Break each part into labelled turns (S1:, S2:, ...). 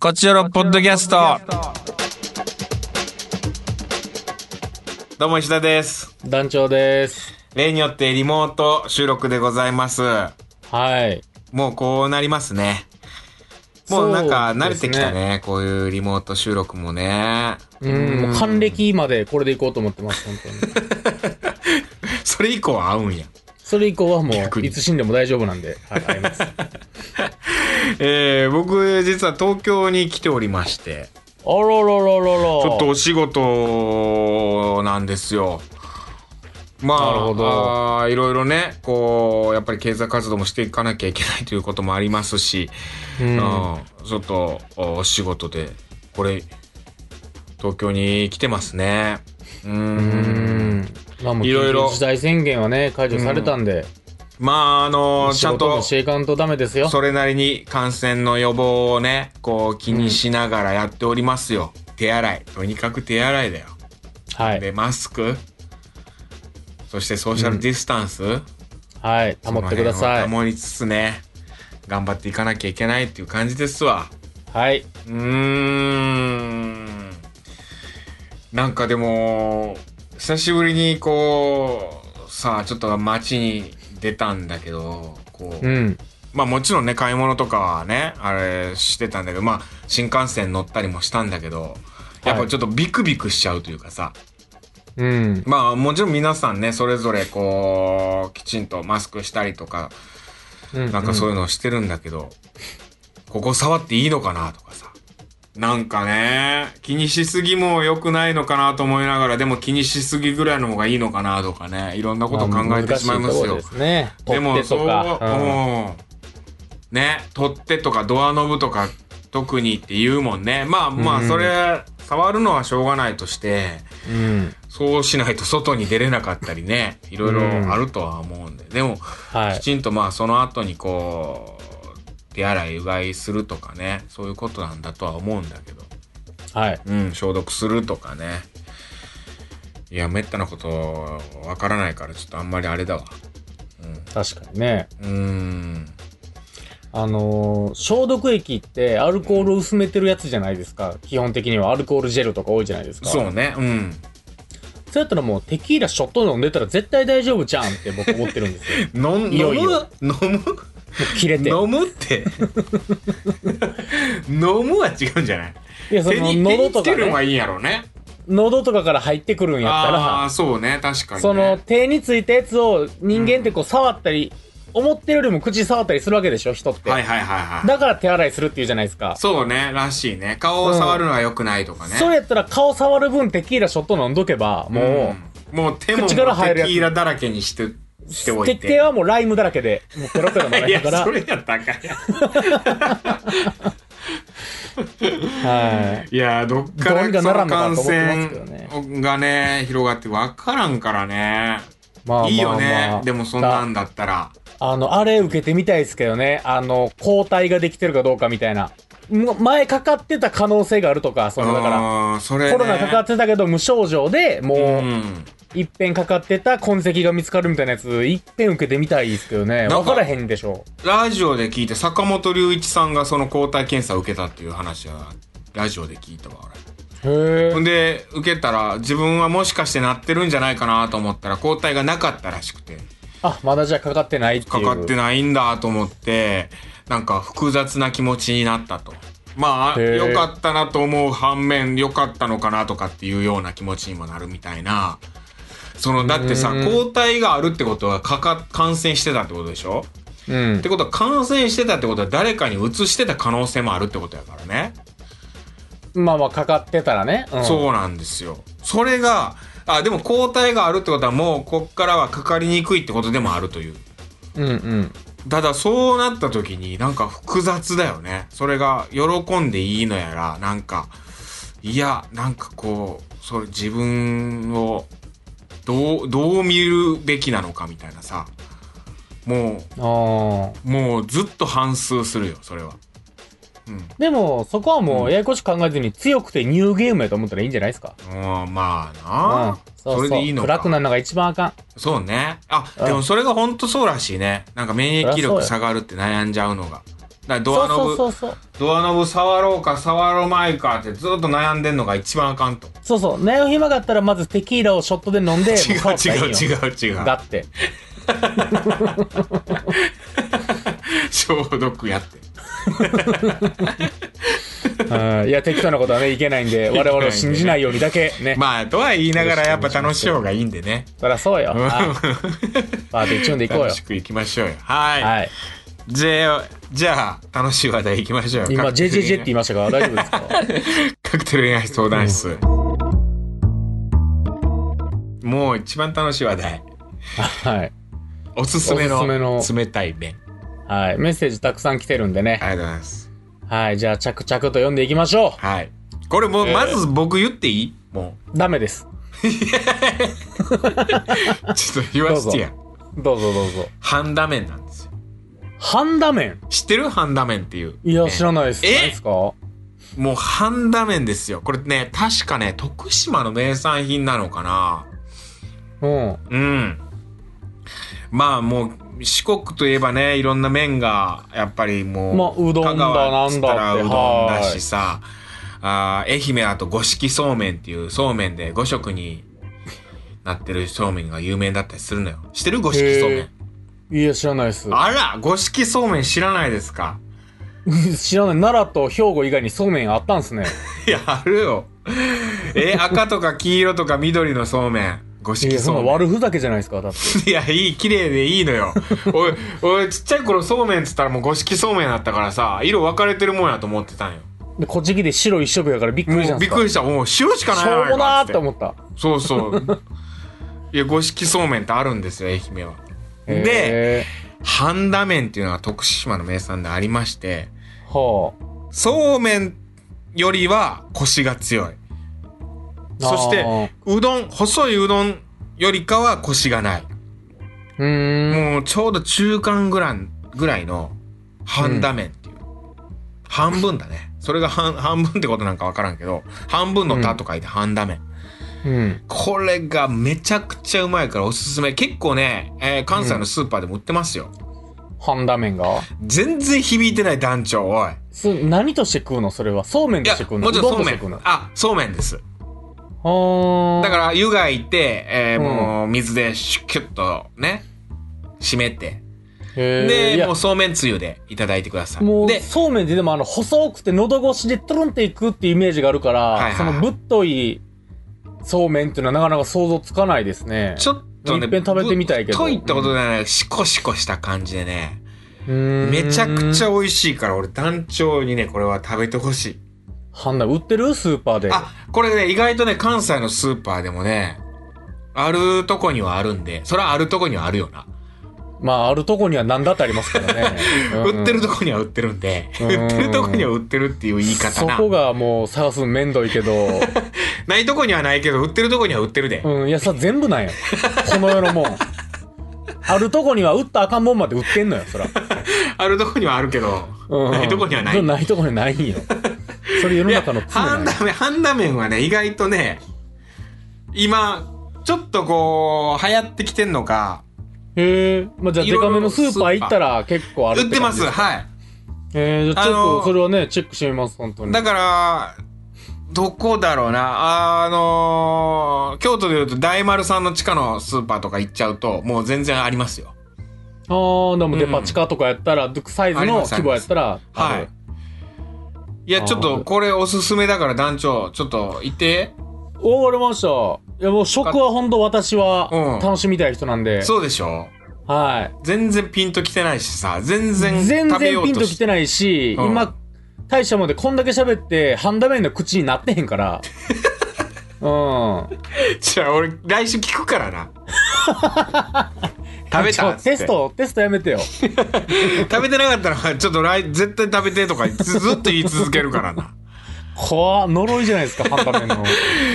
S1: こちらのポッドキャスト。どうも石田です。
S2: 団長です。
S1: 例によってリモート収録でございます。
S2: はい。
S1: もうこうなりますね。もうなんか
S2: そ
S1: 慣れ
S2: うです
S1: て
S2: ね
S1: きたね。こういうリモート収録もね。
S2: うん。もう還暦までこれでいこうと思ってます、本当に。
S1: それ以降は合うんや。
S2: それ以降はも
S1: 逆
S2: う、
S1: に
S2: いつ死んでも大丈夫なんで、 はい、会います。あ
S1: えー、僕実は東京に来ておりまして。
S2: ららららら。ち
S1: ちょっとお仕事なんですよ。まあ、
S2: なるほど
S1: あーいろいろね、こう、やっぱり経済活動もしていかなきゃいけないということもありますし、
S2: う
S1: うんん、ちょっとお仕事で、これ、東京に来てますね。うーん。
S2: うん。まあもう、
S1: いろいろ
S2: 緊急事態宣言はね、解除されたんで、
S1: まあ、あの、ち
S2: 仕
S1: ゃん
S2: 事も
S1: と
S2: し、ていかんとダメですよ。
S1: それなりに感染の予防をね、こう気にしながらやっておりますよ。手洗い。とにかく手洗いだよ。
S2: はい。
S1: で、マスク、そしてソーシャルディスタンス、
S2: はい。保ってくださ
S1: その辺
S2: い。
S1: を保りつつね、頑張っていかなきゃいけないっていう感じですわ。
S2: はい。
S1: うーん。なんかでも、久しぶりにこう、さあ、ちょっと街に出たんだけど、こう、
S2: うん。
S1: まあもちろんね、買い物とかはね、あれしてたんだけど、まあ新幹線乗ったりもしたんだけど、やっぱちょっとビクビクしちゃうというかさ、
S2: うん。
S1: まあもちろん皆さんね、それぞれこう、きちんとマスクしたりとか、
S2: な
S1: なんかそういうのをしてるんだけど、ここ触っていいのかなとかさ。なんかね、気にしすぎも良くないのかなと思いながら、でも気にしすぎぐらいの方がいいのかなとかね、いろんなことを考えてしまいますよ
S2: 難しいところで。すね。
S1: でも、
S2: 取って
S1: そう、
S2: とか。
S1: うんね、取っ手とかドアノブとか特にって言うもんね。まあまあ、
S2: うん
S1: それ、触るのはしょうがないとして、
S2: うんうん。
S1: そうしないと外に出れなかったりね、いろいろあるとは思うんで。でも、
S2: は
S1: き
S2: い。
S1: ちんとまあその後にこう、手洗い、うがいするとかね、そういうことなんだとは思うんだけど。
S2: はい。
S1: うん、消毒するとかね。いや、めったなことわからないから、ちょっとあんまりあれだわ。
S2: 確かにね。
S1: うーん。
S2: あのー消毒液ってアルコールを薄めてるやつじゃないですか。基本的にはアルコールジェルとか多いじゃないですか。
S1: そう。ね、うん。。
S2: そうやったらもうテキーラショット飲んでたら絶対大丈夫じゃんって僕思ってるんですよ
S1: 飲む
S2: いよいよ
S1: 飲む
S2: もう切 れて。
S1: 飲むって。飲むは違うんじゃない
S2: いや、そ
S1: 手
S2: の
S1: に手
S2: 喉
S1: に
S2: と
S1: 来て
S2: か、
S1: るの
S2: ね、
S1: はいいんやろうね。
S2: 喉とかから入ってくるんやった
S1: ああ
S2: ら、
S1: ー、そうね、確かに、ね。
S2: その手についたやつを人間ってこう触ったり、思ってるよりも口触ったりするわけでしょ、人って。
S1: はいはいはいはい。
S2: だから手洗いするっていうじゃないですか。
S1: そうね、らしいね。顔を触るのは良くないとかね。
S2: それやったら顔触る分テキーラショット飲んどけば、
S1: うん
S2: も
S1: もう手もテ
S2: 口
S1: キ
S2: から入るやつ
S1: ーラだらけにして、してお
S2: う、
S1: いて。
S2: 手手はもうライムだらけで、もうペロペロ飲ま
S1: い
S2: れ
S1: や、
S2: ながら
S1: そ。れやったらあかんや
S2: はい。
S1: いや、どっから
S2: どうにか
S1: そ
S2: なら
S1: の
S2: ん
S1: 感
S2: のかと思ってます
S1: 染
S2: けどね
S1: がね、広がって分からんからね。
S2: まあまあ
S1: いいよ
S2: ま
S1: ね
S2: あ。
S1: でもそんなんだったら。
S2: あの、あれ受けてみたいですけどね。あの、抗体ができてるかどうかみたいな。も前かかってた可能性があるとか、その、だから、
S1: うんそれね
S2: コロナかかってたけど無症状で、
S1: う
S2: も
S1: ん。
S2: う、いっぺんかかってた痕跡が見つかるみたいなやつ、いっぺん受けてみたいですけどね。
S1: んか
S2: わからへんでしょ
S1: ラジオで聞いて、坂本龍一さんがその抗体検査を受けたっていう話は、ラジオで聞いたわ、俺。
S2: う。へ
S1: ほんで、受けたら、自分はもしかしてなってるんじゃないかなと思ったら、抗体がなかったらしくて、
S2: あ、まだじゃあかかってないってい
S1: か
S2: う。
S1: かってないんだと思って、なんか複雑な気持ちになったと。まあ、
S2: へー
S1: 良かったなと思う反面、良かったのかなとかっていうような気持ちにもなるみたいな。その、だってさ、抗体があるってことは、かか、感染してたってことでしょ
S2: うん
S1: っ。てことは、感染してたってことは、誰かに移してた可能性もあるってことやからね。
S2: まあまあ、かかってたらね。うん、
S1: そうなんですよ。それが、あ、でも抗体があるってことはもうこっからはかかりにくいってことでもあるという。
S2: う。うんうん。
S1: ただそうなった時になんか複雑だよね。それが喜んでいいのやら、なんか、いや、なんかこう、それ自分をどう、どう見るべきなのかみたいなさ。も
S2: ああ。
S1: う、もうずっと反数するよ、それは。
S2: でも、そこはもう、ややこしく考えずに、強くてニューゲームやと思ったらいいんじゃないですか。
S1: うん、まあな、
S2: うん、そうそう
S1: それでいいのか。
S2: 暗くなるのが一番あかん。
S1: そうね。あ、
S2: うん
S1: でもそれが本当そうらしいね。なんか免疫
S2: そりゃそ
S1: 力
S2: うよ
S1: 下がるって悩んじゃうのが。からド
S2: そ
S1: ア
S2: うそうそ
S1: ノ
S2: うそう。
S1: ブ、ドアノブ触ろうか触ろまいかってずっと悩んでんのが一番あかんと。
S2: そうそう。悩む暇があったら、まずテキーラをショットで飲んで、
S1: 違
S2: もう帰った
S1: う
S2: らい
S1: 違う
S2: いよ
S1: 違う違
S2: だ
S1: う。
S2: って。
S1: 消毒やって。
S2: うん。いや、適当なこ とはね、いけないんで、
S1: けないん
S2: 我
S1: で
S2: 々を信じないようにだけ、ね。
S1: まあ、とは言いながらやっぱ楽しい方がいいんでね。
S2: そりゃそうよ。
S1: うん
S2: はいパーティーチューンでいこう
S1: 楽
S2: よ
S1: し。く行きましょうよ。はい。
S2: はい。
S1: じゃあ、じゃあ、楽しい話題行きましょうよ。
S2: 今、
S1: カクテル
S2: JJJ って言いましたが、大丈夫ですか
S1: カクテル恋愛相談室。もう一番楽しい話題。
S2: はい。
S1: おすすめ
S2: おすすめ
S1: の
S2: の
S1: 冷たい麺。
S2: はい。メッセージたくさん来てるんでね。
S1: ありがとうございます。
S2: はい。じゃあ、着々と読んでいきましょ
S1: はい。これもう、
S2: えー
S1: まず僕言っていいも
S2: う。ダメです。
S1: う。ちょっと言わせてや。
S2: どうぞどうぞ。
S1: ハンダ麺なんですよ。
S2: ハンダ麺
S1: 知ってるハンダ麺っていう。
S2: いや、知らないです。
S1: え
S2: ないですか
S1: もうハンダ麺ですよ。これね、確かね、徳島の名産品なのかな
S2: うん。
S1: うん。まあもう、四国といえばね、いろんな麺が、やっぱりもう、
S2: まあうどんだ
S1: 香川っつったら
S2: なんだって
S1: うどんだしさ、あー愛媛だと五色そうめんっていう、そうめんで五色になってるそうめんが有名だったりするのよ。知ってる五色そうめ
S2: へ
S1: ん。
S2: いや、知らないです。
S1: あら、五色そうめん知らないですか
S2: 知らない。奈良と兵庫以外にそうめんあったんすね。
S1: いや、あるよ。え、赤とか黄色とか緑のそうめん。五
S2: い
S1: 色
S2: や、そ
S1: そ
S2: ん
S1: う
S2: な
S1: めん。
S2: 悪ふざけじゃないですか、だって。
S1: いや、いい、綺麗でいいのよ。おい、おい、ちっちゃい頃そうめんっつったらもう五色そうめんだったからさ、色分かれてるもんやと思ってたんよ。
S2: で、こっち来て白一色やからびっく
S1: も
S2: りじゃ
S1: う
S2: ない
S1: び
S2: で
S1: っ
S2: すか。
S1: くりした。もう白しかない
S2: しょうもなーっ
S1: やない
S2: て
S1: か
S2: 思った。
S1: っつってそうそう。 いや、五色そうめんってあるんですよ、愛媛は。で、
S2: へ
S1: ハンダ麺っていうのは徳島の名産でありまして、
S2: ー、は
S1: そうめんよりはコシが強い。
S2: あ。
S1: そし
S2: あ
S1: て
S2: ー、
S1: うどん、細いうどんよりかはコシがない。
S2: うーん。
S1: もうちょうど中間ぐらいぐらいの半ダ麺っていう、半分だねそれが半半分ってことなんか分からんけど半分の「た」と書いて半ダ麺、
S2: うん。
S1: これがめちゃくちゃうまいからおすすめ結構ね、えー関西のスーパーでも売ってますよ、
S2: ハンダ麺が
S1: 全然響いてない団長おい
S2: す何として食うのそれは。そうめん
S1: い
S2: と
S1: や
S2: して食うの
S1: もちろんそう
S2: どと
S1: め
S2: して食うの
S1: んあそうめんです
S2: は
S1: だ
S2: あ。
S1: から湯がいて、えー
S2: うん
S1: もう水でシュッキュッとね締めて
S2: へーい
S1: で
S2: や
S1: もうそうめんつゆでいただいてください
S2: もう
S1: で
S2: そうめんってでもあの細くて喉越しでトロンっていくっていうイメージがあるから、
S1: いはい
S2: そのぶっといそうめんっていうのはなかなか想像つかないですね。
S1: ちょっとね、
S2: 一遍食べてみたいけど
S1: ぶっといってことでね、シコシコした感じでね、
S2: め
S1: めちゃくちゃ
S2: ゃ。
S1: 美味しいから、俺団長にね、これは食べてほしい。
S2: ハンダ売ってるスーパーで。
S1: あ、これね、意外とね、関西のスーパーでもね、あるとこにはあるんで、それはあるとこにはあるよな。
S2: まあ、あるとこには何だってありますか らね。
S1: 売ってると
S2: こ
S1: こには売ってるんで、
S2: うん
S1: 売ってるとこには売ってるっていう言い方
S2: そ
S1: な。
S2: こがもう探すのめんどいけど、
S1: ないとこにはないけど、売ってるとこには売ってるで。
S2: うん、いや、さ、全 部なんや。この世のもん。あるとこには売ったらあかんもんまで売ってんのよ、そら。
S1: あるとこにはあるけど、
S2: うん
S1: ないとこにはない。
S2: ないとこにはないんよ。それ世の
S1: いや
S2: 中の常
S1: ハ
S2: な
S1: ン
S2: ん
S1: ダ
S2: や
S1: メハンダ麺はね、意外とね、今、ちょっとこう、流行ってきてんのか、
S2: へえ。まあ、じゃあ、
S1: い
S2: デ
S1: ろいろ
S2: カめのスーパー行ったら結構ある
S1: 売ってま
S2: 感じ
S1: す。はい。
S2: えー、じゃあち
S1: あ
S2: ょ
S1: のー
S2: っと、それはね、チェックしてみます、本当に。
S1: だから、どこだろうな。あのー京都でいうと大丸さんの地下のスーパーとか行っちゃうと、もう全然ありますよ。
S2: あー、でもデパ地下とかやったら、サイズ
S1: あり
S2: の
S1: ます
S2: 規模やったら、ある
S1: はい。いや、ちょっ
S2: あ
S1: と
S2: ー
S1: これおすすめだから団長、ちょっと行って。
S2: おわかりました。いや、もう食は本当私
S1: う
S2: は
S1: ん
S2: 楽しみたい人なんで。
S1: そうでしょ
S2: はい。
S1: 全然ピンときてないしさ、全然
S2: 全
S1: 食べよ
S2: 然
S1: う
S2: ピン
S1: と
S2: とき
S1: して。
S2: てないし、
S1: うん
S2: 今、大したもんでこんだけ喋って、ハンダメの口になってへ んから。うん。
S1: じゃあ俺、来週聞くからな。食べ
S2: ちょ
S1: たっつって
S2: テスト、テストやめてよ。
S1: 食べてなかったら、ちょっと来、絶対食べてとかずずっと言い続けるからな。
S2: 怖っ呪いじゃないで すか、ハンダメンの。
S1: い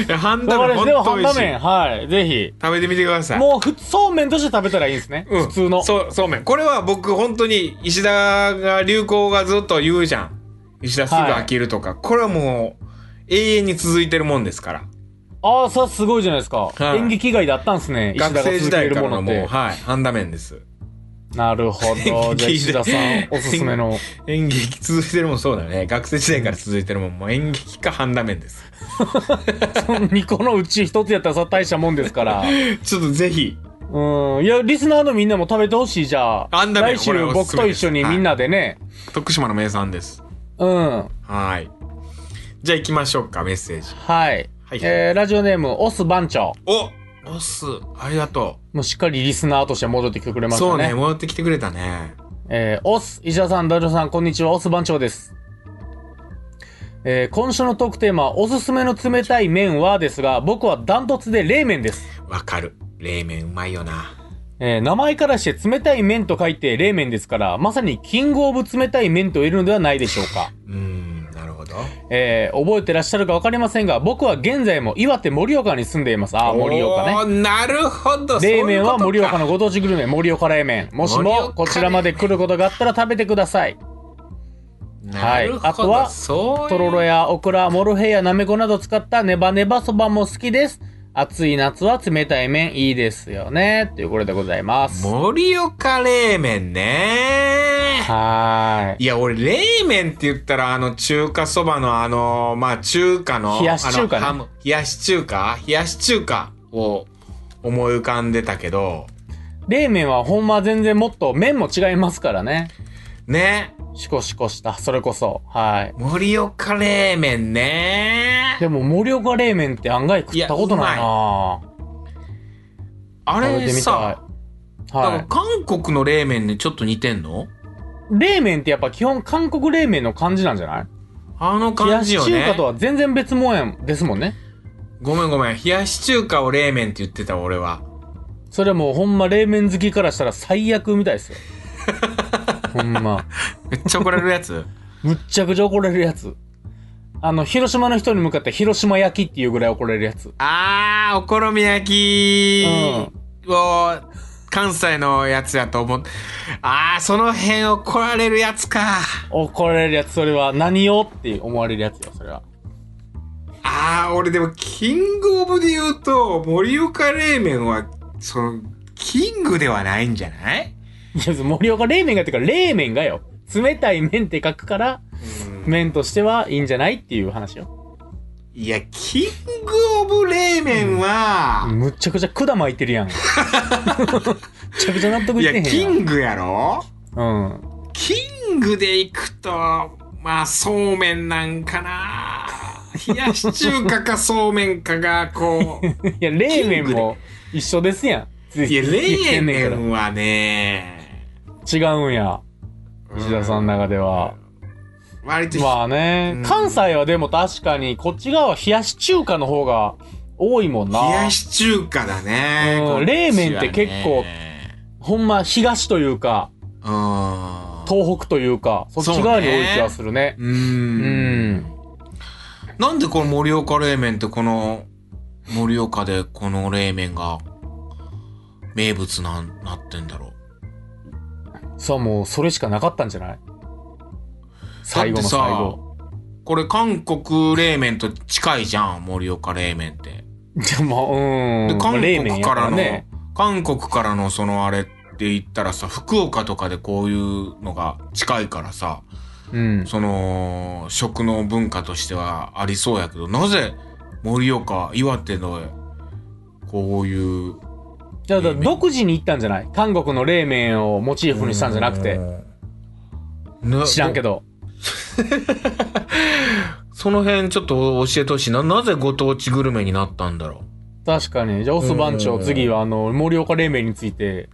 S1: や、ハンダ
S2: 我
S1: メン
S2: 々
S1: 本
S2: で
S1: 当美味
S2: もハンダ
S1: しい。
S2: メン、はい、ぜひ。
S1: 食べてみてください。
S2: もうふ、そうめんとして食べたらいいんですね。
S1: うん
S2: 普通の。
S1: そう、そうめん。これは僕本当に石田が流行がずっと言うじゃん。石田すぐ飽きるとか。これはもう永遠に続いてるもんですから。
S2: ああ、さ、すごいじゃないですか。
S1: はい
S2: 演劇以外であったんですね。石田
S1: 学
S2: が
S1: 生時
S2: 続け
S1: 代
S2: る
S1: から
S2: もの
S1: の
S2: っ
S1: もう、
S2: て。
S1: はい、ハンダメンです。
S2: なるほど。じゃあ、石田さん、おすすめの。
S1: 演劇続いてるもんそうだよね。学生時代から続いてるもん、もう演劇かハンダメンです。
S2: そ の2個のうち1つやったらさ、大したもんですから。
S1: ちょっとぜひ、
S2: うん。いや、リスナーのみんなも食べてほしい、じゃあ。
S1: あんだめ
S2: 来
S1: これ
S2: 週、
S1: おす
S2: 僕
S1: すめ
S2: と
S1: で
S2: 一
S1: す
S2: 緒にみんなでね。
S1: 徳島の名産です。
S2: うん。
S1: はい。じゃあ行きましょうか、メッセージ。
S2: はい。
S1: はい
S2: えー、ラジオネーム、オス番長。
S1: おオス、ありがと
S2: もうしっかりリスナーとして戻ってきてくれ
S1: う。
S2: まし
S1: そ
S2: た
S1: うね、
S2: ね。
S1: 戻ってきてくれたね。
S2: えー、オス、石田さん、ダジョさん、こんにちは、オス番長です。えー、今週のトークテーマ、おすすめの冷たい麺はですが、僕はダントツで冷麺です。
S1: わかる。冷麺うまいよな。
S2: えー名前からして冷たい麺と書いて冷麺ですから、まさにキングオブ冷たい麺と言えるのではないでしょうか。
S1: うーん、なるほど。
S2: えー覚えてらっしゃるかわかりませんが、僕は現在も岩手盛岡に住んでいます。あー、盛岡ね。
S1: ね。なるほど。
S2: 冷麺は盛岡
S1: の。
S2: のご当地グルメ、盛岡冷麺。もし
S1: 盛岡
S2: も、こちらまで来ることがあったら食べてください。
S1: なるほど
S2: はいあとは
S1: そういう
S2: とろろやオクラ、モロヘイやなめこなど使ったネバネバそばも好きです。暑い夏は冷たい麺いいですよね。ということでございます。は
S1: 盛岡冷麺ね。
S2: ーい。
S1: いや、俺、冷麺って言ったら、あの、中華そばの、あの、まあ、中華の、
S2: 冷やし中
S1: あ
S2: 華ね
S1: のハム冷やし中華冷やし中華を思い浮かんでたけど、
S2: 冷麺はほんま全然もっと麺も違いますからね。
S1: ね。
S2: シコシコした、それこそ。はい。
S1: 盛岡冷麺ね。
S2: でも、盛岡冷麺って案外食ったことない
S1: いや
S2: な
S1: あ
S2: 食べ
S1: れ
S2: てみ
S1: さ、
S2: たい。
S1: だか
S2: は
S1: ら韓国の冷麺にちょっと似てんの
S2: い。冷麺ってやっぱ基本韓国冷麺の感じなんじゃない
S1: あの
S2: 冷
S1: 感
S2: や
S1: じ
S2: し
S1: よ
S2: 中
S1: ね
S2: 華。とは全然別もんやんですもんね。
S1: ごめんごめん。冷やし中華を冷麺って言ってた、俺は。
S2: それはもうほんま冷麺好きからしたら最悪みたいですよ。 ほんま。
S1: めっちゃ怒られるや つ
S2: むっちゃくちゃ怒られるやつ。あの、広島の人に向かって広島焼きっていうぐらい怒られるやつ。
S1: あー、お好み焼きを、関西のやつやと思う。あー、その辺怒られるやつか。
S2: 怒られるやつ、それは何をって思われるやつよ、それは。
S1: あー、俺でも、キングオブで言うと、盛岡冷麺は、その、キングではないんじゃない
S2: いや、盛岡冷麺がっていうか、冷麺がよ。冷たい麺って書くから、麺としてはいいんじゃないっていう話よ。
S1: いや、キングオブ冷麺は、
S2: むっちゃくちゃ管巻いてるやん。むっちゃくちゃ納得
S1: い
S2: いってへ
S1: や、
S2: んやん。
S1: キングやろ
S2: うん。
S1: キングで行くと、まあ、そうめんなんかな。冷やし中華かそうめんかが、こ う。
S2: いや、冷麺も一緒ですやん。
S1: いや、冷
S2: ん
S1: 麺はね、
S2: から。違うんや。石田さんの中では。
S1: 割と、
S2: まあね、
S1: うん
S2: 関西はでも確かに、こっち側は冷やし中華の方が多いもんな。
S1: 冷やし中華だね。こっ
S2: うん
S1: ちはね
S2: 冷麺って結構ほんま東というか、
S1: う。
S2: 東北というか、そっち側に多い気がするね。うん
S1: うん。
S2: ん。
S1: なんでこの盛岡冷麺ってこの、盛岡でこの冷麺が名物なん、なってんだろう。
S2: さあもう、それしかなかったんじゃない最後の最後。
S1: これ韓国冷麺と近いじゃん盛岡冷麺って。
S2: じゃあまあ、う
S1: で
S2: ん。
S1: 韓
S2: 冷麺
S1: 国
S2: や
S1: からの
S2: ね。
S1: 韓国からのそのあれって言ったらさ福岡とかでこういうのが近いからさ
S2: うん。
S1: その食の文化としてはありそうやけどなぜ盛岡岩手のこういう
S2: じゃあ、だから独自に行ったんじゃない韓国の冷麺をモチーフにしたんじゃなくて。
S1: な
S2: 知らんけ
S1: ど
S2: ど。
S1: その辺ちょっと教えてほしいななぜご当地グルメになったんだろ
S2: 確かに。じゃあ、オス番長、
S1: うん
S2: 次は、あの、盛岡冷麺について、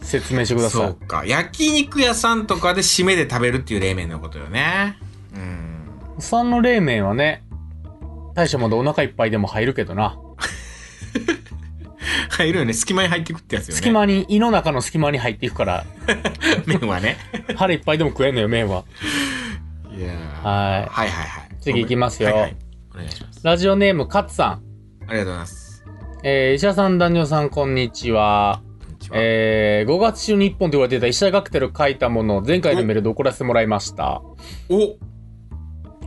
S2: 説明してく
S1: う
S2: だ
S1: そ
S2: さ
S1: う
S2: い。
S1: か焼肉屋さんとかで締めで食べるっていう冷麺のことよねうん
S2: おさんの冷麺はね、大したもんでお腹いっぱいでも入るけどな。
S1: 入るよね隙間に入っていくってやつよね
S2: 隙間に、胃の中の隙間に入っていくから、
S1: 麺は ね
S2: 腹いっぱいでも食えんのよ、麺は。
S1: いや
S2: は
S1: はいいはいはい
S2: 次行きますよ
S1: はいはいお願いします
S2: ラジオネーム、カツさん。
S1: ありがとうございます
S2: えー、石田さん、男女さん、こんにちは。
S1: こんにちは
S2: えー、5月中に1本と言われていた石田カクテル書いたものを前回のメールで送らせてもらいました。
S1: お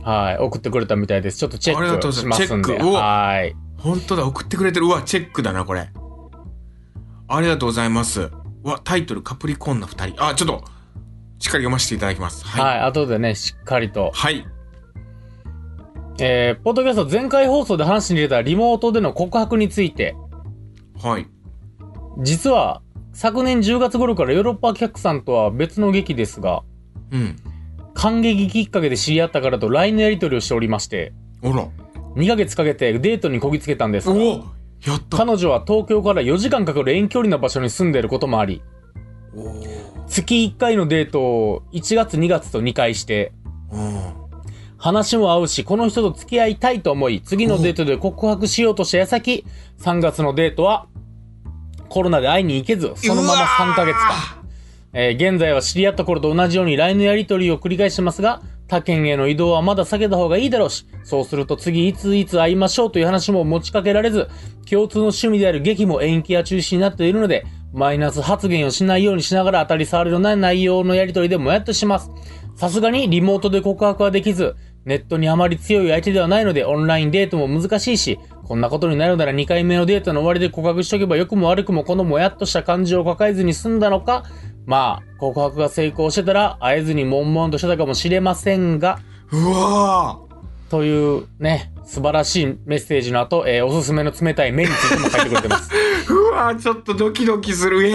S2: はい。送ってくれたみたいです。ちょっとチェ
S1: ありが
S2: ッ
S1: とう
S2: ク
S1: ござい
S2: し
S1: ま
S2: ますすん
S1: チェ
S2: で。
S1: ックうわ
S2: はい。
S1: 本当だ送ってくれてるうわチェックだなこれありがとうございますうわ、タイトルカプリコンな二人。あ、ちょっと、しっかり読ませていただきます。はい。
S2: はい、後でね、しっかりと。
S1: はい。
S2: えー、ポッドキャスト前回放送で話に出たリモートでの告白について、
S1: はい。
S2: 実は昨年10月頃からヨーロッパ客さんとは別の劇ですが、
S1: うん。
S2: 感激きっかけで知り合ったからと LINE のやり取りをしておりまして、
S1: おら。
S2: 2ヶ月かけてデートにこぎつけたんですが、
S1: おおやった
S2: 彼女は東京から4時間かかる遠距離な場所に住んでいることもあり、
S1: おお
S2: 月1回のデートを1月2月と2回して、
S1: うん。
S2: 話も合うし、この人と付き合いたいと思い、次のデートで告白しようとした矢先、3月のデートは、コロナで会いに行けず、そのまま3ヶ月間。
S1: 間。
S2: えー現在は知り合った頃と同じように LINE のやり取りを繰り返してますが、他県への移動はまだ避けた方がいいだろうし、そうすると次いついつ会いましょうという話も持ちかけられず、共通の趣味である劇も延期や中止になっているので、マイナス発言をしないようにしながら当たり障りのない内容のやり取りでもやっとします。さすがにリモートで告白はできず、ネットにあまり強い相手ではないのでオンラインデートも難しいし、こんなことになるなら2回目のデートの終わりで告白しとけば良くも悪くもこのもやっとした感じを抱えずに済んだのか、まあ、告白が成功してたら会えずに悶々としてたかもしれませんが、
S1: うわー
S2: というね、素晴らしいメッセージの後、えーおすすめの冷たい目についても書いてくれ てます。
S1: うわーちょっとドキドキする。
S2: は
S1: え
S2: い。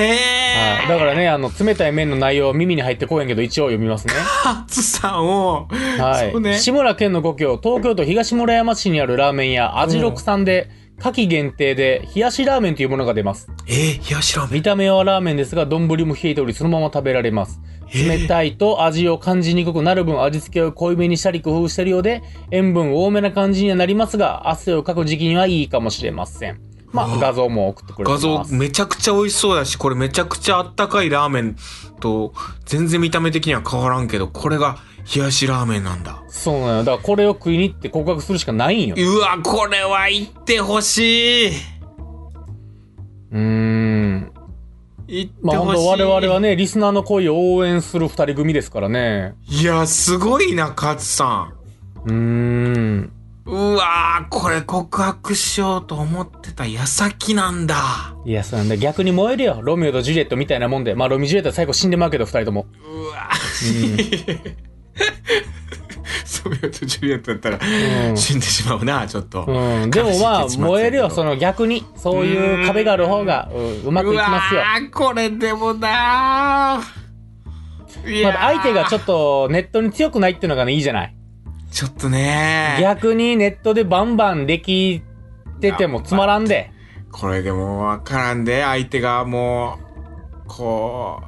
S1: え
S2: だからね、あの、冷たい麺の内容は耳に入ってこへんけど、一応読みますね。
S1: ハツさんを、
S2: は い。
S1: そうね。
S2: 志村けんの故郷、東京都東村山市にあるラーメン屋、味六さんで、夏季限定で、冷やしラーメンというものが出ます。
S1: えー、冷やしラーメン。
S2: 見た目はラーメンですが、丼も冷えており、そのまま食べられます。冷
S1: い。
S2: たいと味を感じにくくなる分、味付けを濃いめにしたり工夫してるようで、塩分多めな感じにはなりますが、汗をかく時期にはいいかもしれません。ま
S1: うわ
S2: あ、画像も送ってくれて
S1: 画
S2: ます。
S1: 像めちゃくちゃ美味しそうだし、これめちゃくちゃあったかいラーメンと全然見た目的には変わらんけど、これが冷やしラーメンなんだ。
S2: そうなのよ。だからこれを食いに行って告白するしかないんよ。
S1: うわ、これは行ってほしい。
S2: うーん。
S1: 行って
S2: まあ
S1: ほ
S2: 本
S1: しい。
S2: 当我々はね、リスナーの恋を応援する二人組ですからね。
S1: いや、すごいな、カツさ
S2: うーん。
S1: ん。うわーこれ告白しようと思ってた矢先なんだ。
S2: いや、そうなんだ。逆に燃えるよ。ロミオとジュリエットみたいなもんで。まあロミジュリエットは最後死んでまうけど、二人とも。
S1: うわーソビエト・ジュリエットだった
S2: う
S1: ら
S2: ん
S1: 死んでしまうな、ちょっと。
S2: うん。でもまあ、燃えるよ。その逆に。そういう壁がある方が、うんうまくいきますよ
S1: う。わーこれでもなーいや
S2: ま
S1: ー
S2: だ相手がちょっとネットに強くないっていうのがね、いいじゃない。
S1: ちょっとね
S2: 逆にネットでバンバンできててもつまらんで。
S1: これでもわからんで相手がもうこ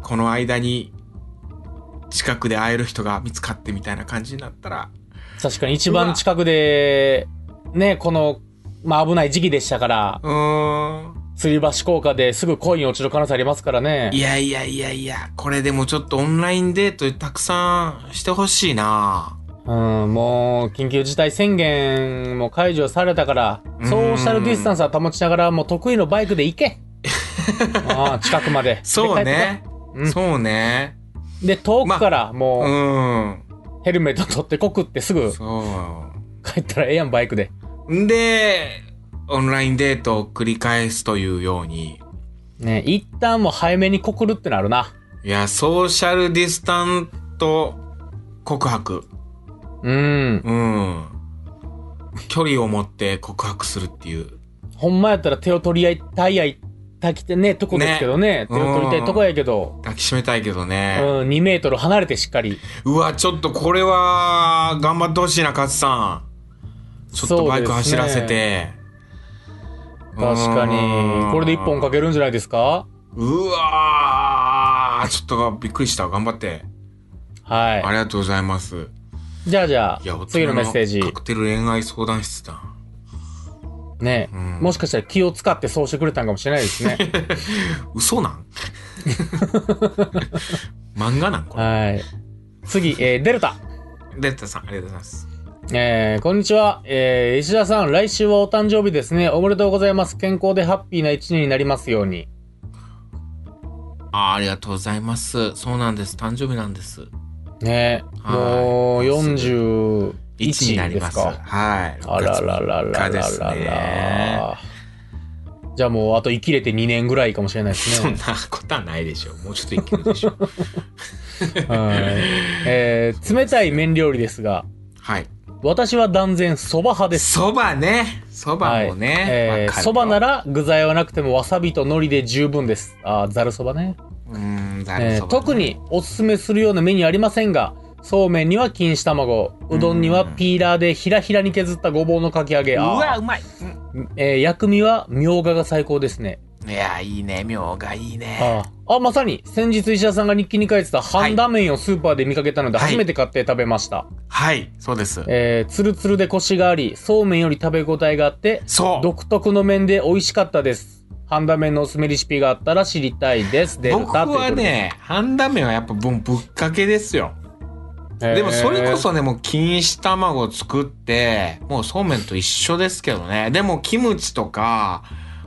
S1: うこの間に近くで会える人が見つかってみたいな感じになったら
S2: 確かに一番近くで、ね、この、まあ危ない時期でしたから、
S1: うーん
S2: 吊り橋効果ですぐ恋に落ちる可能性ありますからね。
S1: いやいやいやいやこれでもちょっとオンラインデートたくさんしてほしいな
S2: うん、もう、緊急事態宣言も解除されたから、ソーシャルディスタンスは保ちながら、もう得意のバイクで 行けああ近くまで。
S1: そうね
S2: 帰ってこいうん
S1: そうね
S2: で、遠くから
S1: う
S2: も
S1: ん
S2: う、ヘルメット取ってこくってすぐ
S1: そう
S2: 帰ったらええやん、バイクで。
S1: んで、オンラインデートを繰り返すというように、
S2: ね、一旦もう早めに告るってなるな。
S1: いや、ソーシャルディスタント告白。
S2: うん。
S1: うん。距離を持って告白するっていう。
S2: ほんまやったら手を取り合いたいやいたきてね、とこですけどね。手を取りたいとこやけど、
S1: 抱きしめたいけど
S2: うん、
S1: ね。
S2: 2メートル離れてしっかり。
S1: うわ、ちょっとこれは、頑張ってほしいな、勝さん。ちょっとバイク
S2: そうで
S1: 走
S2: すね
S1: らせて。
S2: 確かに。これで一本か
S1: け。
S2: けるんじゃないですか
S1: うわーちょっとびっくりした。頑張って。
S2: はい。
S1: ありがとうございます。
S2: じゃあじゃ
S1: いや、
S2: あ、次のメッセージ
S1: 大人。のカクテル恋愛相談室だ。
S2: ね、
S1: うん
S2: もしかしたら気を使ってそうしてくれたんかもしれないですね。
S1: 嘘なん 漫画なんこれ。
S2: はい。次、えー、デルタ。
S1: デッタさん、ありがとうございます。
S2: えー、こんにちは。えー、石田さん、来週はお誕生日ですね。おめでとうございます。健康でハッピーな一年になりますように。
S1: あーありがとうございます。そうなんです。誕生日なんです。
S2: ねもう
S1: はい
S2: 41
S1: 1になり
S2: で
S1: ますす。
S2: か。
S1: はい。
S2: あららららら
S1: 六月三日
S2: ら
S1: ですね
S2: ら。じゃあもうあと生きれて2年ぐらいかもしれないです
S1: そん
S2: ね。
S1: なことはないでしょもうちょっと生きるでしょ
S2: はいえー冷たい麺料理ですが、
S1: はい
S2: 私は断然蕎麦派です。
S1: そばねそばも
S2: はい
S1: ね
S2: え
S1: わか
S2: ー
S1: る
S2: 蕎麦な
S1: ら
S2: ら具材はなくてもわさびと海苔で十分です。あーざる蕎麦ね。
S1: うんざる
S2: え
S1: そ
S2: ー
S1: ば
S2: 特におすすめするようなメニューありませんがそうめんには錦糸卵うどんにはピーラーでひらひらに削ったごぼうのかき揚げ
S1: う
S2: あー
S1: わうまい、
S2: えー薬味はみょうがが最高ですね
S1: うんいやいいねみょうがいいね
S2: あーあまさに先日石田さんが日記に書いてた半田麺をスーパーで見かけたので
S1: はい
S2: 初めて買って食べました、
S1: はいそうです
S2: えー、つるつるでコシがありそうめんより食べ応えがあって
S1: そう
S2: 独特の麺で美味しかったです半田麺のおすすめレシピがあったら知りたいですデル
S1: 僕
S2: タということ
S1: はね半田麺はやっぱぶんぶっかけですよ
S2: で、えー
S1: でもそれこそね、もう錦糸卵を作って、もうそうめんと一緒ですけどね。でもキムチとか、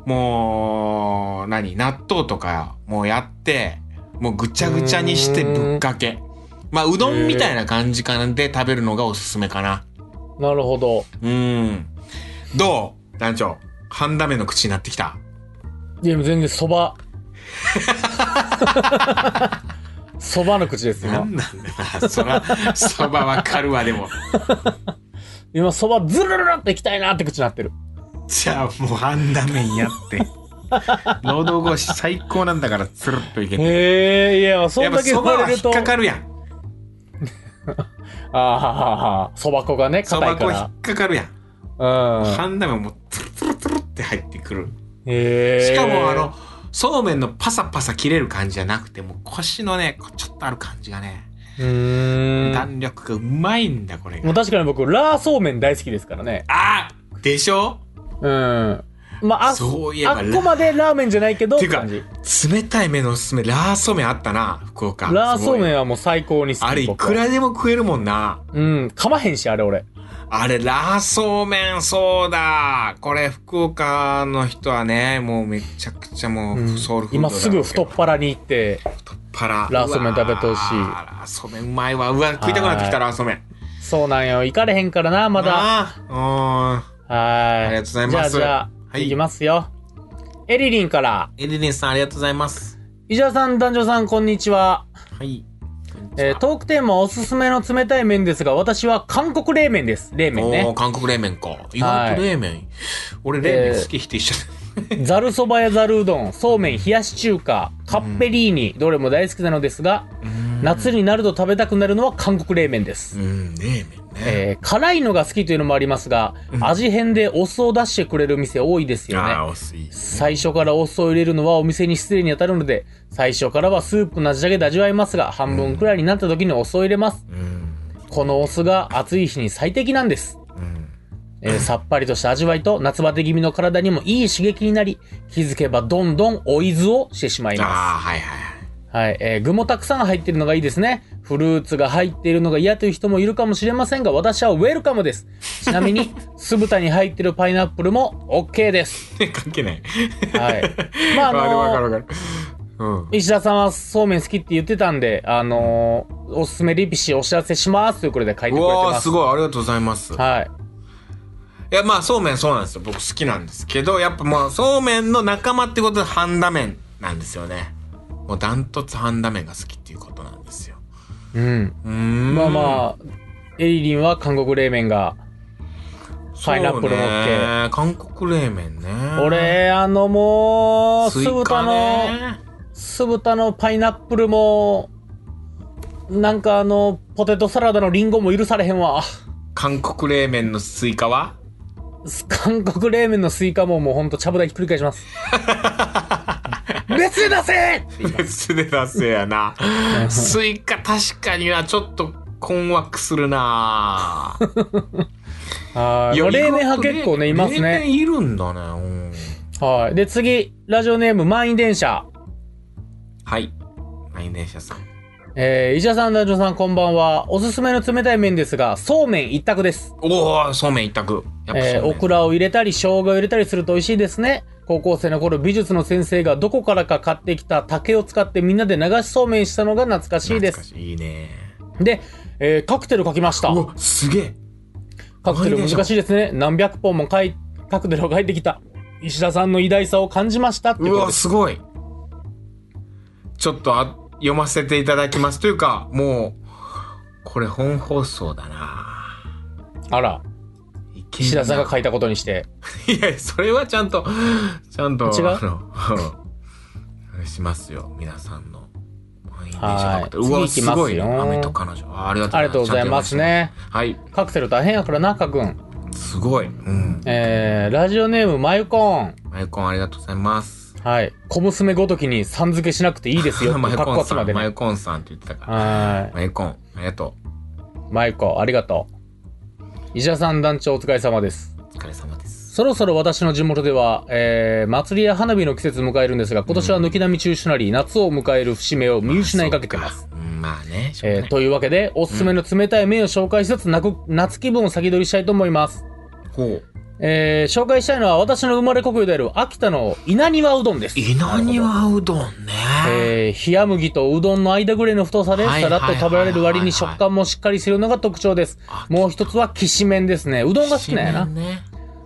S1: もう、何、納豆とか、もうやって、もうぐちゃぐちゃにしてぶっかけ。まあ、うどんみたいな感じかなんで食べるのがおすすめかな。
S2: なるほど
S1: うん。どう団長、半ダメの口になってきた。
S2: いや、全然そば。そばの口です、
S1: な
S2: 今。
S1: んなんだよな。 そば、そばわかるわ、でも。
S2: 今、そばずるるるっていきたいなって口になってる。
S1: じゃあもうハンダメンやっ て。喉越し最高なんだからつるっといけて。
S2: へえ、いや、そ
S1: や
S2: ん
S1: っぱ
S2: だけ
S1: そ
S2: 言
S1: ば
S2: わ
S1: は
S2: れ
S1: 引
S2: ると
S1: っ。かかるやん。
S2: ああ、そば粉がね、
S1: そ
S2: 硬
S1: ば
S2: いか
S1: 粉引
S2: ら
S1: っかかるやん。。
S2: うん。
S1: ハンダメンもうつるつるつるって入ってくる。
S2: へ
S1: し
S2: え。
S1: かもあの、そうめんのパサパサ切れる感じじゃなくて、もう腰のね、こうちょっとある感じがね、
S2: うーん。
S1: 弾力がうまいんだ、これ
S2: も
S1: が
S2: う。確かに僕、ラーそうめん大好きですからね。
S1: あでしょ
S2: うん。まあ、あ、
S1: そういえ
S2: あ
S1: ば
S2: っこまでラーメンじゃないけど、
S1: ていうか
S2: 感じ
S1: 冷たい目のおすすめ、ラーソメンあったな、福岡。
S2: ラーそうめん
S1: ん
S2: はもう最高に好き。
S1: あれい
S2: 僕
S1: く
S2: は
S1: らでも食えるもんな。
S2: うん。かまへんし、あれ俺。
S1: あれ、ラーソーメン、そうだこれ、福岡の人はね、もうめちゃくちゃもう、
S2: うん
S1: ソウルフード
S2: 今すぐ太っ
S1: っ
S2: 腹に行って、
S1: 腹。
S2: ラーソーメン食べてほしいう
S1: わーラーソーメンうまいわ。うわ、食いたくなってきた、
S2: は
S1: ラーソーメン。
S2: そうなんよ。行かれへんからな、まだ。
S1: あ
S2: はーい。
S1: ありがとうございます
S2: じゃあ、じゃあ、
S1: はい
S2: い、きますよ。エリリンから、
S1: ー。エリリンさん、ありがとうございます。
S2: 伊沢さん、男女さん、こんにちは。
S1: はい。
S2: えートークテーマおすすめの冷たい麺ですが、私は韓国冷麺です。冷麺
S1: おー、
S2: ね。
S1: 韓国冷麺か。意外と冷麺。俺、冷麺好き否定しちゃった。
S2: ざるそばやざるうどん、そうめん、冷やし中華、カッペリーニ、どれも大好きなのですが、夏になると食べたくなるのは韓国冷麺です。
S1: うん、冷麺ね。
S2: えー辛いのが好きというのもありますが、味変でお酢を出してくれる店多いですよね。
S1: ああ、お酢いい。
S2: 最初からお酢を入れるのはお店に失礼に当たるので、最初からはスープの味だけで味わいますが、半分くらいになった時にお酢を入れます。
S1: うん。
S2: このお酢が暑い日に最適なんです。
S1: うん。
S2: えーさっぱりとした味わいと夏バテ気味の体にもいい刺激になり、気づけばどんどんお伊豆をしてしまいます。
S1: ああ、はいはいはい。
S2: はい、えー具もたくさん入ってるのがいいですね。フルーツが入っているのが嫌という人もいるかもしれませんが、私はウェルカムです。ちなみに、酢豚に入ってるパイナップルも OK です。
S1: 関係ない。
S2: はい。ま あ、あのー
S1: でもわかるわかる。うん。
S2: 石田さんはそうめん好きって言ってたんで、あのーおすすめリピシお知らせしますということで書いてく
S1: う
S2: れて
S1: わ
S2: ま
S1: ー
S2: す。
S1: すごいありがとうございます。い
S2: はい。
S1: やまあそうめんそうなんですよ僕好きなんですけどやっぱまあそうめんの仲間ってことで半田麺なんですよね。もうダントツ半田麺が好きっていうことなんですよ。
S2: うん。
S1: うーん
S2: まあまあ、エリリンは韓国冷麺が。パイナップルも OK
S1: そうね韓国冷麺ね。
S2: 俺、あのもう、
S1: ス
S2: 酢
S1: イ
S2: 豚
S1: カ
S2: の、
S1: ね。
S2: 酢豚のパイナップルも、なんかあの、ポテトサラダのリンゴも許されへんわ。
S1: 韓国冷麺のスイカは
S2: 韓国冷麺のスイカももうほんとちゃぶ台ひっくり返し ます。別に出せ
S1: 別で出せやな。スイカ確かにはちょっと困惑するな
S2: はい。
S1: いや
S2: 冷麺派結構ね、います
S1: 冷
S2: ね。
S1: 麺いるんだね。うん。
S2: はい。で、次、ラジオネーム、満員電車。
S1: はい。内電車さん。
S2: えー、石田さん、男女さん、こんばんは。おすすめの冷たい麺ですが、そうめん一択です。
S1: おお、そうめん一択。やっぱそうめん、
S2: えー、オクラを入れたり、生姜を入れたりすると美味しいですね。高校生の頃、美術の先生がどこからか買ってきた竹を使ってみんなで流しそうめんしたのが懐かしいで
S1: 懐か
S2: す。
S1: しい。いいね。
S2: で、えー、カクテル書きました
S1: う。わ、すげえ。
S2: カクテル
S1: 満員電車
S2: 難しいですね。何百本も書い、カクテルを書いてきた。石田さんの偉大さを感じましたっていう
S1: う
S2: こと
S1: わ、
S2: です。
S1: すごい。ちょっとあ読ませていただきます。というか、もう、これ本放送だな。
S2: あら、
S1: いけ
S2: 石田さんが書
S1: い
S2: いたことにして。
S1: いや、それはちゃんと、ちゃんと、
S2: 違う
S1: あの、うんしますよ、皆さんの。満員電車の方
S2: はいう
S1: わ、
S2: 次
S1: す
S2: 行きますよ
S1: ごい。雨と彼女。あありがとうございます。
S2: ありがとうございますね。
S1: ちゃんと読ませて。
S2: カクテル大変やからな、かくん。
S1: はい、すごい。うん。
S2: えー、ラジオネーム、まゆこん。
S1: マイコンありがとうございます。
S2: はい。小娘ごときにさん付けしなくていいですよっ て
S1: マ
S2: い
S1: イ
S2: うかっこ
S1: コン
S2: つ
S1: さ
S2: ま
S1: ん、
S2: で
S1: マイ
S2: ね。
S1: コンさんって言ってたから。
S2: は
S1: マイコン、ありがとう。
S2: い。まゆこ、ありがとう。石田さん団長お疲れ様です。
S1: お疲れ様です。
S2: そろそろ私の地元では、えー、祭りや花火の季節を迎えるんですが、今年は軒並み中止となり、夏を迎える節目を見失いかけてます。
S1: そうか。うんまあね、しょうが
S2: え
S1: な
S2: ー
S1: い
S2: というわけで、おすすめの冷たい麺を紹介しつつ、なく夏気分を先取りしたいと思います。
S1: ほう。
S2: えー紹介したいのは私の生まれ故郷である秋田の稲庭うどんです。
S1: 稲庭うどんね。
S2: えー、冷麦とうどんの間ぐらいの太さで、
S1: はい
S2: さらっと食べられる割に
S1: はいはいはい
S2: 食感もしっかりするのが特徴です
S1: あ。
S2: もう一つはきしめんですね。うどんが好きなんや
S1: きし
S2: な。
S1: めんね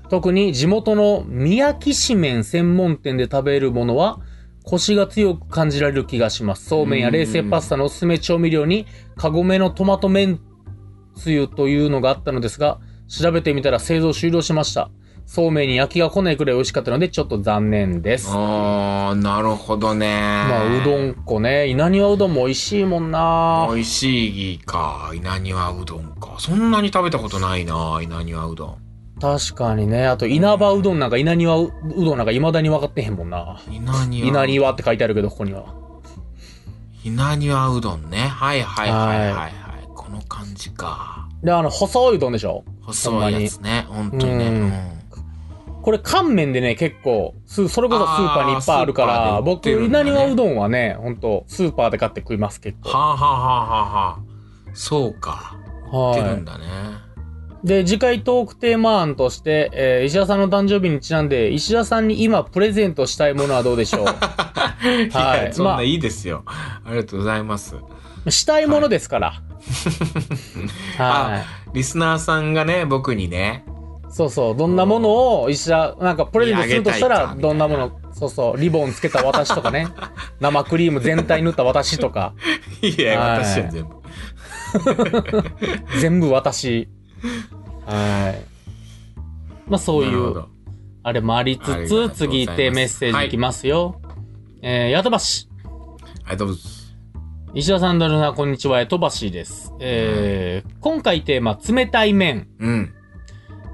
S2: 特に地元の宮きしめん専門店で食べるものは、腰が強く感じられる気がします。そうめんや冷製パスタのおすすめ調味料に、カゴメのトマト麺つゆというのがあったのですが、調べてみたら製造終了しました。そうめんに焼きが来ないくらい美味しかったので、ちょっと残念です。
S1: あー、なるほどね。
S2: まあ、うどん粉ね。稲庭うどんも美味しいもんな。
S1: 美味しいか、稲庭うどんか。そんなに食べたことないな、稲庭うどん。
S2: 確かにね。あと、稲葉うどんなんか、稲庭うどんなんか未だに分かってへんもんな。
S1: 稲庭。
S2: 稲庭って書いてあるけど、ここには。
S1: 稲庭うどんね。はいはいはいはいはい。この感じか。
S2: で、あの、細いうどんでしょ
S1: 細いやつね。本当にね。
S2: うんこれ乾麺でね、結構、すそれこそスーパーにいっぱいあるか
S1: あ
S2: ら、
S1: ースーパーで売っ
S2: 僕、
S1: てるん
S2: 稲
S1: だね
S2: 庭うどんはね、ほんと、スーパーで買って食います、結
S1: は
S2: 構。
S1: あはあはあはあはあ。そうか。売ってるんだね。
S2: で、次回トークテーマ案として、えー石田さんの誕生日にちなんで、石田さんに今プレゼントしたいものはどうでしょ
S1: いや、そん
S2: まあ
S1: ないいですよ。ありがとうございます。
S2: うしたいものですから。はい。
S1: あ、リスナーさんがね、僕にね、
S2: そうそう、どんなものを石田、なんかプレゼントするとした
S1: あ
S2: ら、
S1: げたいかみた
S2: ど
S1: い
S2: ん
S1: な
S2: なもの、そうそう、リボンつけた私と かね、生クリーム全体塗った私とか、
S1: いや、
S2: はい
S1: 私は全部。
S2: 全部私。はい。まあそうい
S1: なるほ
S2: う、
S1: ど
S2: あれもあ
S1: あ
S2: り
S1: り
S2: つ
S1: がとうござい
S2: つ、
S1: ます
S2: 次行ってメッセージいきますよ。えー、やとばし。
S1: ありがとうござい
S2: 石田さん、だるな、こんにちは、やとばしです。えー、今回テーマ、冷たい麺。
S1: ます。うん。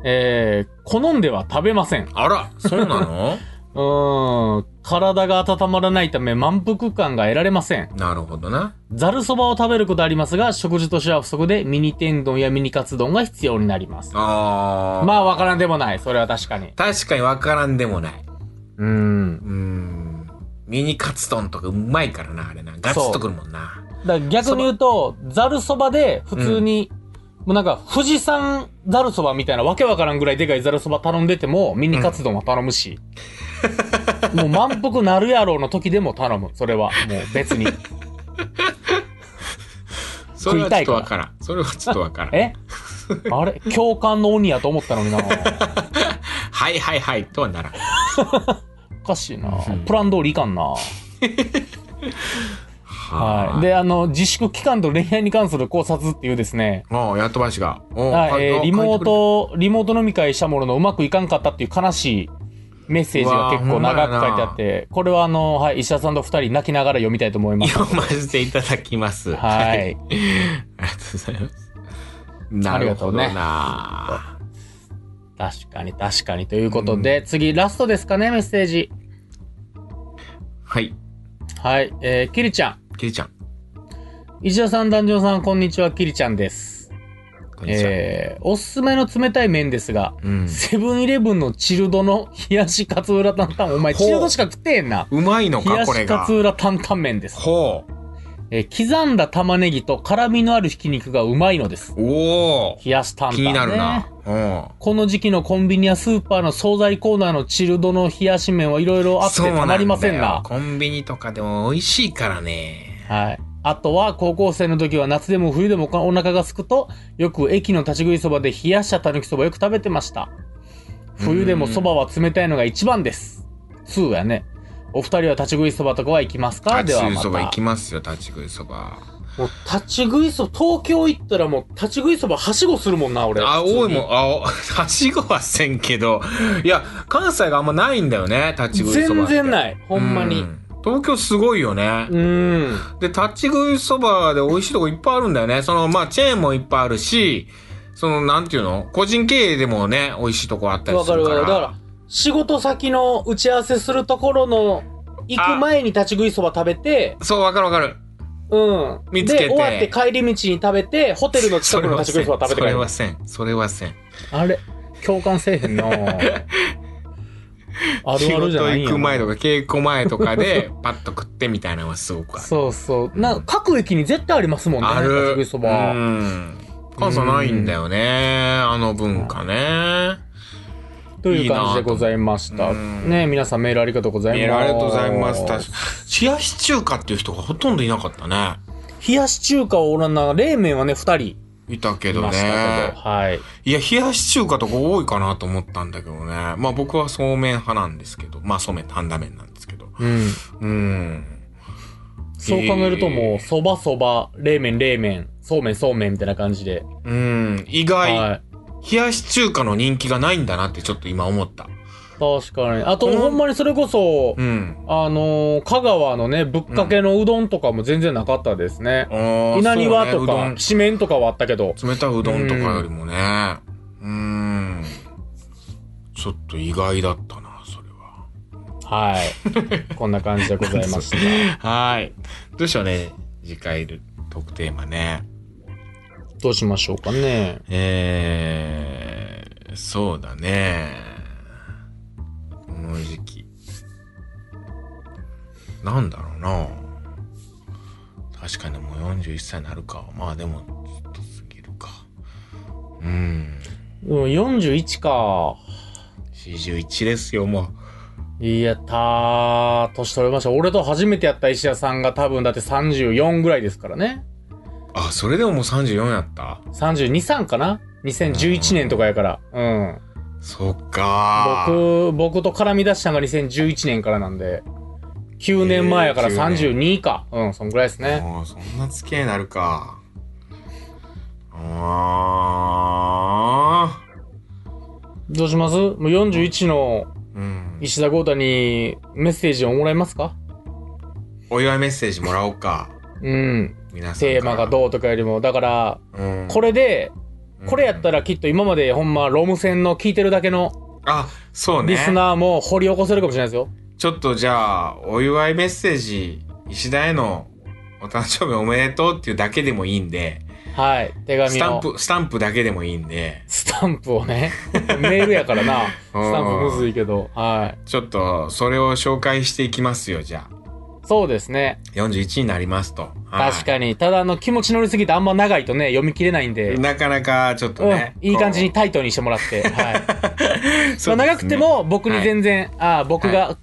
S2: えー、好んでは食べません。
S1: あら、そうなの
S2: うーん、体が温まらないため満腹感が得られません。
S1: なるほどな。
S2: ざるそばを食べることありますが、食事としては不足でミニ天丼やミニカツ丼が必要になります。
S1: あー。
S2: まあ、わからんでもない。それは確かに。
S1: 確かにわからんでもない。
S2: うーん
S1: う。ーん。ミニカツ丼とかうまいからな、あれな。ガツッとくるもんな。
S2: だから逆に言うと、ざるそばで普通に、もうなんか、富士山ざるそばみたいなわけわからんぐらいでかいざるそば頼んでても、ミニカツ丼は頼むし。もう満腹なるやろうの時でも頼む。それは。もう別に。
S1: それはちょっと
S2: 食
S1: わ
S2: いた
S1: からん。それはちょっとわからん。
S2: えあれ共感の鬼やと思ったのにな。
S1: はいはいはい、とはならん。
S2: おかしいな
S1: うん。
S2: プラン通りいかんな。
S1: は
S2: はい。で、あの、自粛期間と恋愛に関する考察っていうですね、
S1: もう、やっとばしが。おう
S2: はい、えー
S1: あ
S2: リモー
S1: 書いて
S2: ト、リモート飲み会したもののうまくいかんかったっていう悲しいメッセージが結構長く書いてあって、これはあの、はい、石田さんと二人泣きながら読みたいと思い
S1: く
S2: ま
S1: れ
S2: す。
S1: る読ませていただきます。
S2: は
S1: あり
S2: い。
S1: がとうございます。なるほど
S2: あり
S1: な。
S2: 確かに確かに。ということで、次、ラストですかね、メッセージ。
S1: はい。
S2: はい。えー、キリちゃん。
S1: キリちゃん、
S2: 石田さん、団長さん、こんにちは、キリちゃんです。
S1: こんにちは。
S2: えー、おすすめの冷たい麺ですが、
S1: うん。
S2: セブンイレブンのチルドの冷やしカツウラタンタン、お前
S1: ほう
S2: チルドしか食ってへんな。
S1: うまいの
S2: 冷
S1: か、
S2: や
S1: これ
S2: しカ
S1: が
S2: ツ。ウラタンタン麺です。
S1: ほう。
S2: えー刻んだ玉ねぎと辛みのあるひき肉がうまいのです。
S1: おお
S2: 冷やしタンタン、
S1: 気
S2: ね。
S1: になるな。うん。
S2: この時期のコンビニやスーパーの惣菜コーナーのチルドの冷やし麺はいろいろあって
S1: そう
S2: た
S1: なん
S2: ま
S1: だ
S2: り
S1: よ
S2: ませんな。
S1: コンビニとかでも美味しいからね。
S2: はい。あとは高校生の時は夏でも冬でもおお腹が空くとよく駅の立ち食いそばで冷やしたたぬきそばよく食べてました。冬でもそばは冷たいのが一番です。2やね。お二人は立ち食いそばとかは行きますかで
S1: 立ち食い
S2: はま
S1: そ
S2: た。
S1: ば行きますよ、立ち食いそば。
S2: もう立ち食いそば、東京行ったらもう立ち食いそばはしごするもんな、俺。
S1: あ、
S2: 普通に
S1: 多いもん、あ、お はしごはせんけど、いや、関西があんまないんだよね、立ち食いそば
S2: 全
S1: って。
S2: 然ない。ほんま
S1: う
S2: に。
S1: 東京すごいよね。
S2: うん。
S1: で、立ち食いそばで美味しいとこいっぱいあるんだよね。その、まあ、チェーンもいっぱいあるし、その、なんていうの個人経営でもね、美味しいとこあったり
S2: わ
S1: す
S2: か
S1: る
S2: る
S1: か
S2: わ
S1: ら。
S2: かる。だから、仕事先の打ち合わせするところの、行く前に立ち食いそば食べて、
S1: そう、わかるわかる。
S2: うん。
S1: 見つけて
S2: で、終わって帰り道に食べて、ホテルの近くの立ち食いそば食べ
S1: そ
S2: て帰
S1: れ
S2: る
S1: は。せん。それはせん。
S2: あれ共感せえへ んなあるあ
S1: 仕
S2: るじゃ
S1: 事
S2: ない
S1: 行
S2: んや
S1: く
S2: な
S1: 前とか、稽古前とかで、パッと食ってみたいなのはすごくある。
S2: そうそう。なんか各駅に絶対ありますもんね。
S1: ある。
S2: 立ち食いそば。
S1: うん。関西ないんだよね。あの文化ね。
S2: という感じでございました。
S1: いいなぁと
S2: ね皆さんメールありがとうござい
S1: メー
S2: ます。
S1: ルありがとうございます。確か冷やし中華っていう人がほとんどいなかったね。
S2: 冷やし中華をおらんな、冷麺はね、二人
S1: いたけ
S2: い
S1: ど
S2: ましたけ
S1: ね
S2: ど。。はい。
S1: いや、冷やし中華とか多いかなと思ったんだけどね。まあ僕はそうめん派なんですけど。まあそうめん、担々麺なんですけど。
S2: うん。
S1: うん。
S2: そう考えるともう、そばそば、冷麺冷麺、そうめんそうめんみたいな感じで。
S1: うん。意
S2: はい。
S1: 外、冷やし中華の人気がないんだなってちょっと今思った。
S2: 確かに。あと、
S1: うん
S2: ほんまにそれこそ、
S1: うん。
S2: あのー香川のね、ぶっかけのうどんとかも全然なかったですね。
S1: あー
S2: 稲庭
S1: そう
S2: と
S1: ね
S2: か、きしめんとかはあったけど。
S1: 冷たいうどんとかよりもね。うん。ちょっと意外だったな、それは。
S2: はい。こんな感じでございました。
S1: はい。どうしようね。次回のトークテーマね。
S2: どうしましょうかね。
S1: えー、そうだね。この時期。なんだろうな。確かにもう41歳になるか。まあでも、ちょっと過ぎるか。うん。
S2: うん、41か。
S1: 41ですよ、もう。
S2: いやったー、年取りました。俺と初めてやった石屋さんが多分だって34ぐらいですからね。
S1: あ、それでももう34やった
S2: 32、3かな ?2011 年とかやから。うん。
S1: そっかー。
S2: 僕、僕と絡み出したのが2011年からなんで、9年前やから
S1: えー9
S2: 32か。うん、そんぐらいですね。
S1: もうそんな付き合いになるか。あ
S2: どうしますもう41の
S1: ーうん。
S2: 石田豪太にメッセージをもらえますか
S1: お祝いメッセージもらおうか。
S2: うん。
S1: 皆さん
S2: テーマがどうとかよりも、だから、
S1: う、うん、
S2: これで、
S1: うん
S2: これやったらきっと今までほんまロム線の聞いてるだけの
S1: あそうね
S2: リスナーも掘り起こせるかもしれないですよ。
S1: ちょっとじゃあお祝いメッセージ石田へのお誕生日おめでとうっていうだけでもいいんで
S2: はい。手紙を。
S1: スタン。プスタンプだけでもいいんで
S2: スタンプをね。メールやからな。 スタンプむずいけど。はい。
S1: ちょっとそれを紹介していきますよじゃあ
S2: そうですね。
S1: 41になりますと
S2: 確か
S1: に
S2: に。ただ、あの、気持ち乗りすぎてあんま長いとね、読み切れないんで。
S1: なかなかちょっとね、
S2: うん、いい感じに
S1: こ
S2: タイトにしてもらって。はい。
S1: う
S2: ま
S1: そ
S2: あ
S1: うですね
S2: 長くても僕に全然、ああ、僕
S1: は
S2: が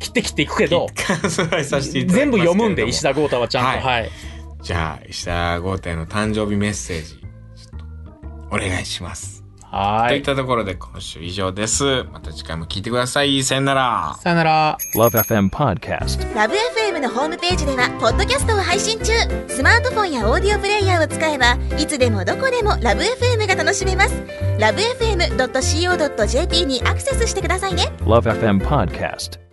S2: 切って切っていくけど、
S1: 感想はさせていただきま
S2: 全
S1: すけれども
S2: 部読むんで、石田豪太はちゃんと。
S1: は
S2: はい。
S1: じゃあ石田豪太への誕生日メッセージちょっとお願いします
S2: は
S1: とい
S2: い
S1: っ。たところで今週以上です。また次回も聞いてください。さよなら。
S2: さよなら。
S3: Love FM Podcast.
S4: ラブ f m のホームページではポッドキャストを配信中スマートフォンやオーディオプレイヤーを使えばいつでもどこでもラブ f m が楽しめますラブ FM.co.jp にアクセスしてくださいね
S3: Love FM Podcast.